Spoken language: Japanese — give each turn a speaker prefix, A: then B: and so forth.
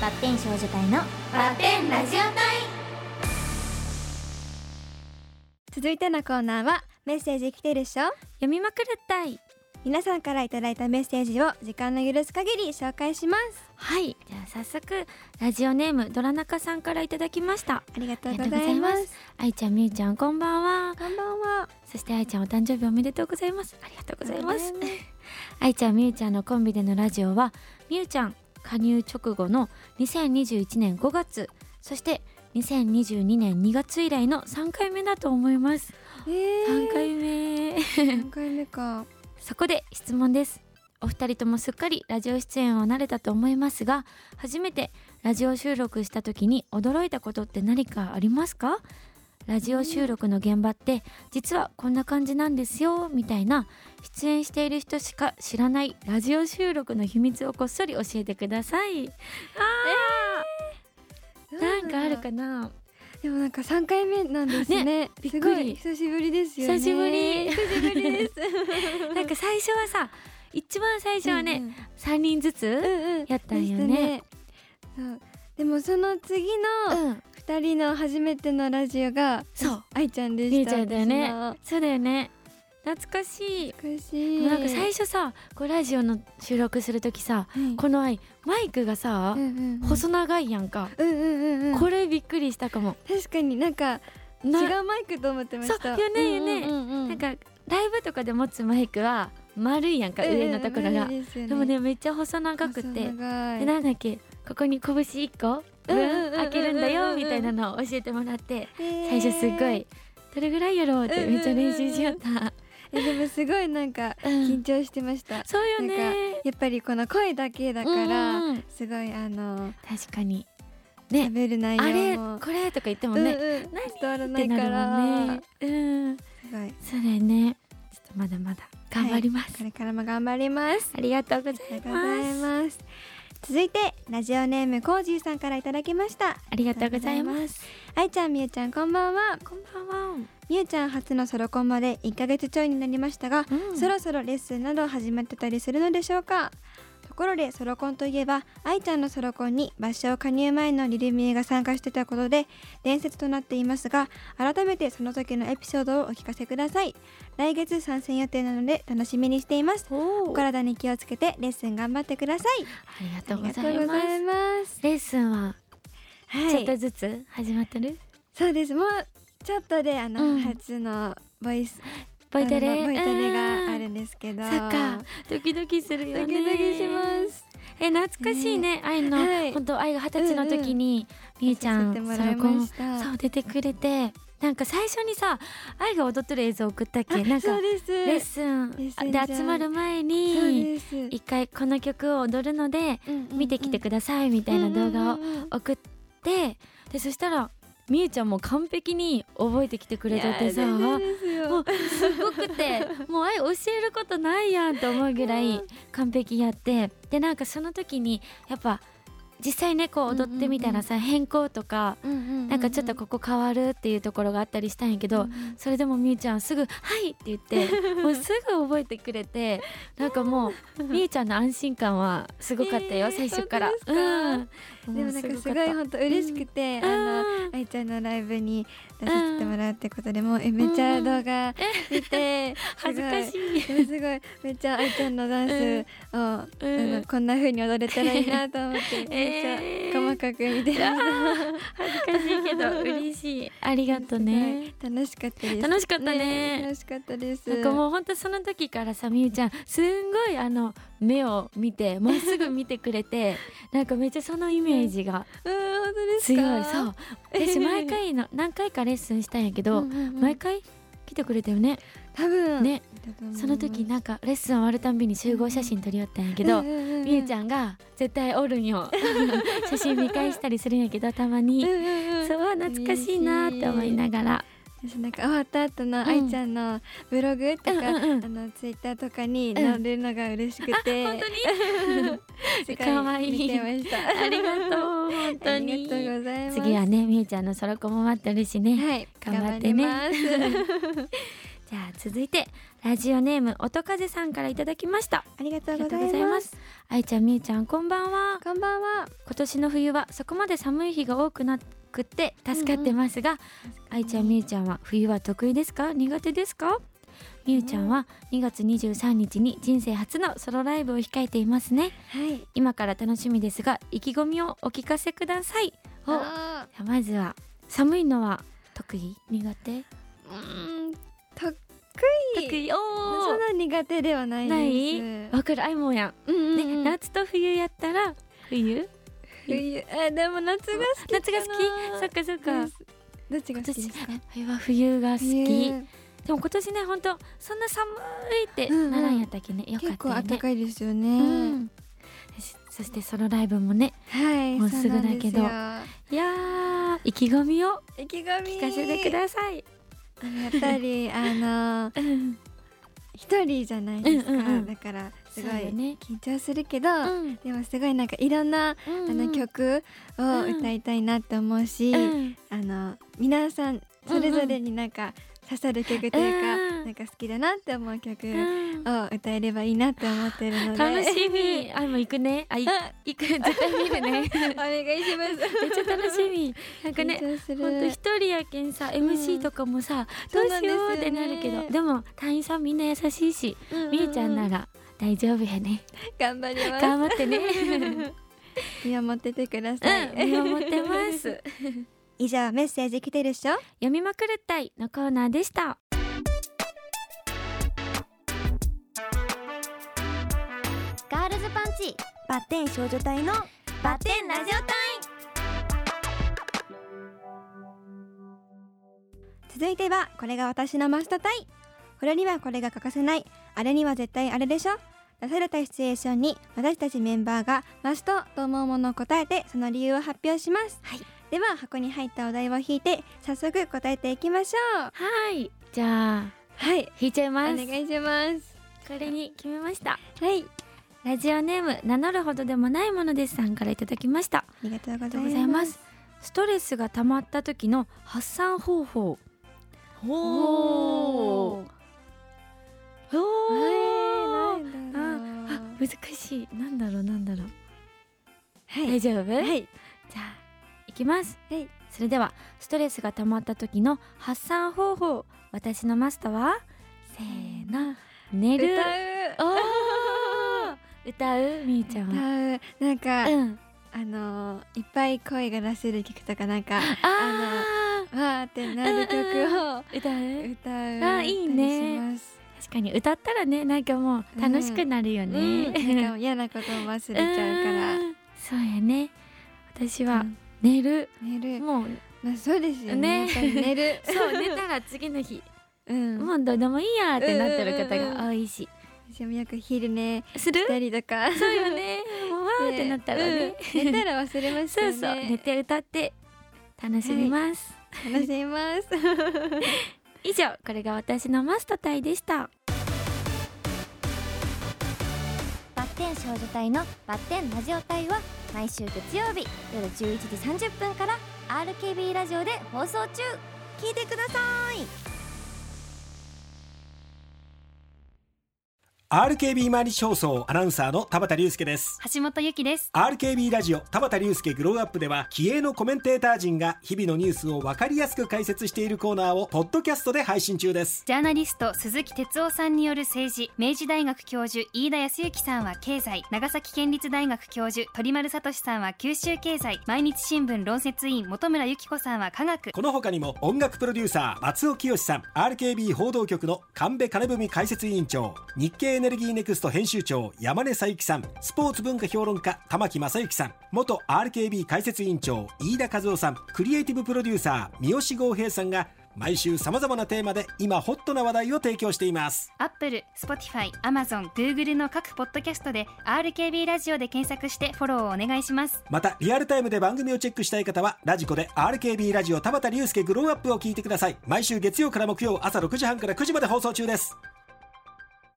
A: バッテン少女隊の
B: バッテンラジオ隊
C: 続いてのコーナーはメッセージ来てるっしょ
D: 読みまくるったい
C: 皆さんからいただいたメッセージを時間の許す限り紹介します
D: はいじゃあ早速ラジオネームドラナカさんからいただきました
C: ありがとうございます
D: あいちゃんみゆちゃんこんばんは
C: こんばんは
D: そしてあいちゃんお誕生日おめでとうございますありがとうございますあいちゃんみゆちゃんのコンビでのラジオはみゆちゃん加入直後の2021年5月そして2022年2月以来の3回目だと思います
C: えー、
D: 3回目
C: 3回目か
D: そこで質問ですお二人ともすっかりラジオ出演を慣れたと思いますが初めてラジオ収録した時に驚いたことって何かありますかラジオ収録の現場って実はこんな感じなんですよみたいな出演している人しか知らないラジオ収録の秘密をこっそり教えてくださいなんかあるかな
C: でもなんか3回目なんですね
D: びっくり
C: すごい久しぶりですよね
D: 久しぶり
C: 久しぶり です
D: なんか最初はさ一番最初は
C: う
D: ね、
C: ん
D: 三3人ず
C: うん
D: つ
C: うんうん
D: やったんよ
C: でしたね
D: ね
C: そうでもその次の
D: うん
C: 2人の初めてのラジオが
D: そう
C: 愛ちゃんで
D: み
C: し
D: ゆ
C: た
D: ちゃんだよ
C: 私
D: ね
C: の
D: そうだよね懐かしい
C: 懐かしい
D: なんか最初さこうラジオの収録する時さ
C: はい
D: この愛マイクがさ
C: うんうんうん
D: 細長いやんか
C: うんうんうんうん
D: これびっくりしたかも
C: 確かになんか違
D: な
C: うマイクと思ってました
D: そうよねよ
C: う
D: ね
C: んうんうんう
D: なん
C: ん
D: かライブとかで持つマイクは丸いやんか上のところが
C: うんうんうんいいすよね
D: でもねめっちゃ細長く
C: 細
D: て
C: 長い
D: でなんだっけここに拳1個
C: うんうんうんうん
D: 分開けるんだよみたいなのを教えてもらって
C: へー
D: 最初すっごいどれぐらいやろうってめっちゃ練習しよった
C: えでもすごいなんか緊張してました、
D: そうよ
C: なんか
D: ね
C: やっぱりこの声だけだから、
D: うんうん
C: すごいあの
D: 確かにね
C: 喋る内
D: あれ
C: 容も
D: これとか言っても
C: うん
D: ね
C: うん、
D: 何
C: 伝わら
D: っ
C: な
D: て
C: い
D: な
C: か
D: る
C: ら、
D: もんねうん
C: すごい
D: そうだよねちょっとまだまだ頑張ります、
C: これからも頑張ります
D: ありがとうござ
C: あり
D: い
C: がとうござい
D: ます
C: ます続いてラジオネームコージーさんからいただきました
D: ありがとうございます
C: すあいちゃんみゆちゃんこんばんは
D: こんばんは、
C: みゆちゃん初のソロコンまで1ヶ月ちょいになりましたが、
D: うん
C: そろそろレッスンなど始まってたりするのでしょうかところでソロコンといえば愛ちゃんのソロコンに場所加入前のリルミエが参加してたことで伝説となっていますが改めてその時のエピソードをお聞かせください来月参戦予定なので楽しみにしています
D: お
C: お
D: ーあ
C: 体に気をつけてレッスン頑張ってください
D: りがと
C: あ
D: う
C: り
D: ご
C: が
D: ざ
C: と
D: いう
C: ござ
D: ま
C: い
D: す
C: ます
D: レッスンは
C: は
D: ちょっと
C: い
D: ずつ始まってる、
C: そうですもうちょっとであの、
D: うん
C: 初のボイス
D: ボイト
C: あ
D: レ
C: のボイトレがある
D: うん
C: ですけど
D: んそっかドキドキするよね
C: ドキドキします
D: え懐かしいね、愛の、
C: はい
D: 本当愛が二十歳の時に、みゆちゃん
C: させて
D: ソ
C: もらい
D: ロ
C: ま
D: コン
C: した
D: そう出てくれてなんか最初にさ愛が踊ってる映像送ったっけなんか
C: そうです
D: レッスン
C: レッスンじゃん
D: で集まる前
C: そう
D: に
C: です
D: 一回この曲を踊るので見てきてく
C: だ
D: ださいみたいな動画を
C: を
D: 送ってでそしたらみゆちゃんも完璧に覚えてきてくれとってさ
C: も
D: も
C: う
D: う
C: ですよ
D: すごくてもう愛教えることないやんと思うぐらい完璧やってでなんかその時にやっぱ実際ねこう踊ってみたらさ変更とかなんかちょっとここ変わるっていうところがあったりしたんやけど、それでもみゆちゃんすぐ「はい!」って言って もうすぐ覚えてくれてなんかもうみゆちゃんの安心感はすごかったよ、
C: えー
D: 最初から
C: 本当ですか
D: うん
C: でもなんかすごい本当嬉しくて、
D: うん
C: あの
D: うん
C: あいちゃんのライブに出させてもらうってことでもうえめっちゃ動画見て、
D: 恥ずかし
C: い
D: い
C: でもすごいめっちゃあいちゃんのダンスを、あ
D: う
C: の
D: ん
C: こんな風に踊れたらいいなと思って、めっちゃ細かく見てました
D: 恥ずかしいけど 嬉しいありがとうね
C: すごい楽しかったです
D: 楽しかったね
C: 楽しかったです
D: なんかもう本当その時からさみゆちゃんすんごいあの目を見てまっすぐ見てくれてなんかめっちゃそのイメージが
C: うん本当ですか
D: 強いそう私毎回の何回かレッスンしたんやけど、
C: うんうんうん
D: 毎回来てくれたよね
C: 多分
D: ね
C: だと思います
D: その時なんかレッスン終わるたんびに集合写真撮りよったんやけど、
C: うんうんうんうん
D: みゆちゃんが絶対おるんよ 写真見返したりするんやけどたまに、
C: うんうんうん
D: そう懐かしいなって思いながら
C: 私なんか終わった後の愛ちゃんのブログとか、
D: うんうんうん
C: あのツイッターとかに載るのが嬉しくて、
D: 本 当にかわい
C: 見
D: い
C: てました
D: ありがとう本当に
C: ありがとうございます
D: 次はねみゆちゃんのソロコも待ってるしね、
C: はい
D: 頑張ってね
C: 頑張ります
D: じじゃあ続いてラジオネーム音風さんからいただきました
C: ありが
D: あ
C: とうございます
D: 愛ちゃんみゆちゃんこんばんは
C: こんばんは
D: 今年の冬はそこまで寒い日が多くなくって助かってますが、愛ちゃんみゆちゃんは冬は得意ですか苦手ですかみゆちゃんは2月23日に人生初のソロライブを控えていますね
C: はい
D: 今から楽しみですが意気込みをお聞かせくださいおじゃ
C: あ
D: あまずは寒いのは得意苦手
C: ーうーん得意
D: 得意お
C: そんな苦手ではないです
D: わかるあいもんやん、
C: うんうん
D: ね
C: うん
D: 夏と冬やったら冬
C: 冬えでも夏が好き
D: 夏が好きそ
C: か
D: っかそっ
C: な
D: か
C: うんどっちが好きですか
D: 冬は冬が好き
C: 冬
D: でも今年ね本当そんな寒いって
C: うんうん
D: ならんやったっけね、よか
C: 結
D: った
C: 構
D: よね
C: 暖かいですよ
D: う
C: ね、
D: んそそしてソロライブもね
C: はい
D: もうすぐだけ
C: そ
D: ど
C: うなんで
D: いやー意気込みを
C: すよ意気込み
D: 聞かせてください、
C: やっぱり あの
D: うん
C: 一人じゃないですか、
D: うんうんうん
C: だからすごい
D: そうよね
C: 緊張するけど、
D: うん
C: でもすごいなんかいろんな、
D: うん
C: あの曲を歌いたいなって思うし、
D: うん
C: あの皆さんそれぞれになんか刺さる曲というか、
D: うん
C: なんか好きだなって思う曲
D: うん
C: を歌えればいいなって思ってるので
D: 楽しみあもう行く ねあい行く絶対見 るね
C: お願いします
D: めっちゃ楽しみなんかね
C: 緊張する
D: ほんと一人やけんさ
C: ん
D: MC とかもさ、ど
C: そう
D: う
C: なん
D: し
C: です
D: よ
C: よ
D: う
C: ね
D: ってなるけどでも隊員さんみんな優しいし、
C: うん
D: みゆちゃんなら大丈夫やね
C: 頑張ります
D: 頑張ってね
C: 見守っててください、
D: うん見守ってます
C: 以上メッセージ来てるっしょ
D: 読みまくるったいのコーナーでした
B: ガールズパンチ
A: バッテン少女隊の
B: バッテンラジオ隊
C: 続いてはこれが私のマストタイこれにはこれが欠かせないあれには絶対あれでしょ出されたシチュエーションに私たちメンバーがマストと思うものを答えてその理由を発表します、
D: はい
C: では箱に入ったお題を引いて早速答えていきましょう
D: はいじゃあ
C: はい
D: 引いちゃい
C: お
D: ます
C: 願いします
D: これに決めました
C: はい
D: ラジオネーム名乗るほどでもないものですさんからいただきましたあ
C: ありがとうご
D: りがと
C: ざいます
D: うございますストレスが溜まった時の発散方法
C: お
D: ー
C: は
D: おー
C: いなんだろう
D: あ難しいなんだろうなんだろう
C: はい
D: 大丈夫
C: はい
D: じゃあいきます、
C: はい
D: それではストレスが溜まった時の発散方法私のマスターはせーの寝
C: 歌
D: る
C: う
D: おー歌うみーちゃんは
C: 歌うなんか、
D: うん
C: あのーいっぱい声が出せる曲とかなん か
D: あ
C: わーってなる曲を
D: ー歌う
C: 歌う
D: あいいね
C: たりします
D: 確かに歌ったらねなんかもう楽しくなるよね、
C: うんなんか嫌なことも忘れちゃうから
D: んそうやね私は
C: うん
D: 寝る、
C: 寝る、
D: もう
C: まあ、そうですよね
D: ね
C: やっぱり寝る
D: そう寝たら次の日、
C: うん
D: もうどうでもいいやってなってる方が多いし、
C: 私もよく昼寝
D: する
C: したりとか
D: そうよ ね。もうわーってなったらね。
C: うん寝たら忘れました
D: そ
C: よ
D: う
C: ね
D: そう、寝て歌って楽しみます。
C: 楽しみます
D: 以上、これが私のマストタイでした。
A: バッテン少女隊のバッテンラジオ隊は毎週月曜日夜11時30分から RKB ラジオで放送中聞いてください
E: RKB マリ放送アナウンサーの田畑隆介です
F: 橋本ゆきです。
E: RKB ラジオ田畑隆介グローアップでは気鋭のコメンテーター陣が日々のニュースを分かりやすく解説しているコーナーをポッドキャストで配信中です
F: ジャーナリスト鈴木哲夫さんによる政治明治大学教授飯田康之さんは経済長崎県立大学教授鳥丸聡さんは九州経済毎日新聞論説委員本村由紀子さんは科学
E: この他にも音楽プロデューサー松尾清さん RKB 報道局の神戸金文解説委員長日経エネルギーネクスト編集長山根紗之さんスポーツ文化評論家玉木正之さん元 RKB 解説委員長飯田和夫さんクリエイティブプロデューサー三好剛平さんが毎週様々なテーマで今ホットな話題を提供しています
F: アップル Spotify アマゾン Google の各ポッドキャストで RKB ラジオで検索してフォローをお願いします
E: またリアルタイムで番組をチェックしたい方はラジコで RKB ラジオ田畑隆介グローアップを聞いてください毎週月曜から木曜朝6時半から9時まで放送中です